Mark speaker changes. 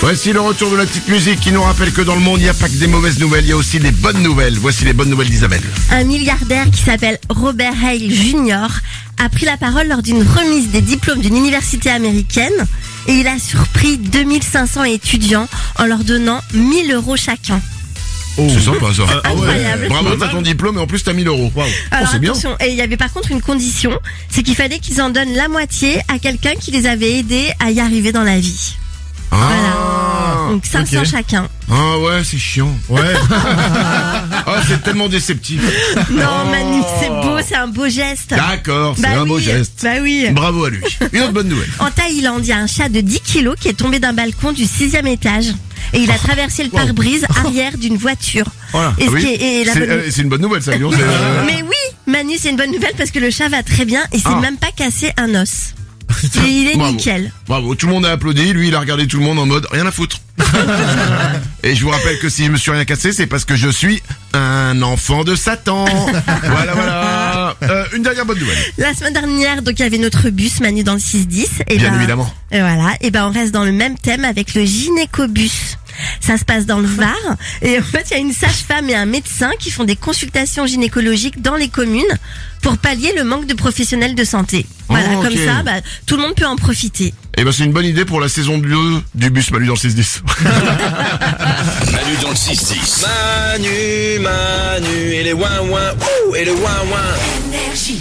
Speaker 1: Voici le retour de la petite musique qui nous rappelle que dans le monde, il n'y a pas que des mauvaises nouvelles, il y a aussi des bonnes nouvelles. Voici les bonnes nouvelles d'Isabelle.
Speaker 2: Un milliardaire qui s'appelle Robert Hale Jr. a pris la parole lors d'une remise des diplômes d'une université américaine et il a surpris 2500 étudiants en leur donnant 1000 euros chacun.
Speaker 1: C'est sympa ça.
Speaker 2: ah ouais. Incroyable.
Speaker 1: Bravo, t'as ton diplôme et en plus t'as 1000 euros. Oh,
Speaker 2: Alors
Speaker 1: c'est bien.
Speaker 2: attention, et il y avait par contre une condition, c'est qu'il fallait qu'ils en donnent la moitié à quelqu'un qui les avait aidés à y arriver dans la vie.
Speaker 1: Ah,
Speaker 2: Donc 500
Speaker 3: ok.
Speaker 2: chacun.
Speaker 1: ah ouais, c'est chiant. Ouais. ah, c'est tellement déceptif.
Speaker 2: Non Manu, c'est beau, c'est un beau geste.
Speaker 1: D'accord, Oh. Ah, c'est un
Speaker 2: oui,
Speaker 1: beau geste.
Speaker 2: Bah oui.
Speaker 1: Bravo à lui. Une autre bonne nouvelle.
Speaker 2: En Thaïlande, il y a un chat de 10 kilos qui est tombé d'un balcon du sixième étage. Et il a traversé le pare-brise arrière d'une voiture.
Speaker 3: Voilà.
Speaker 2: Et
Speaker 1: Oh. Ah
Speaker 2: ce
Speaker 1: oui,
Speaker 2: qui est- et la
Speaker 1: c'est
Speaker 2: bonne-
Speaker 1: euh, c'est une bonne nouvelle ça, Lyon. c'est, euh,
Speaker 2: Mais oui, Manu, c'est une bonne nouvelle parce que le chat va très bien et s'est
Speaker 1: Ah.
Speaker 2: même pas cassé un os. Et il est
Speaker 1: Bravo.
Speaker 2: nickel.
Speaker 1: Bravo, tout le monde a applaudi, lui il a regardé tout le monde en mode rien à foutre. Et je vous rappelle que si je me suis rien cassé, c'est parce que je suis un enfant de Satan. voilà, voilà. Euh, une dernière bonne nouvelle,
Speaker 2: La semaine dernière, donc il y avait notre bus Manu dans le 6-10. Et
Speaker 1: bien
Speaker 2: ben,
Speaker 1: évidemment.
Speaker 2: Et voilà, et ben on reste dans le même thème avec le gynécobus. Ça se passe dans le Var et en fait il y a une sage-femme et un médecin qui font des consultations gynécologiques dans les communes pour pallier le manque de professionnels de santé. Voilà,
Speaker 1: Oh, ok.
Speaker 2: comme ça bah, tout le monde peut en profiter.
Speaker 1: Et ben c'est une bonne idée pour la saison 2 du bus Malu dans le 6-10.
Speaker 4: Manu dans le 6-10. Manu, Manu, et les ouin ouin, ouh, et le ouin ouin.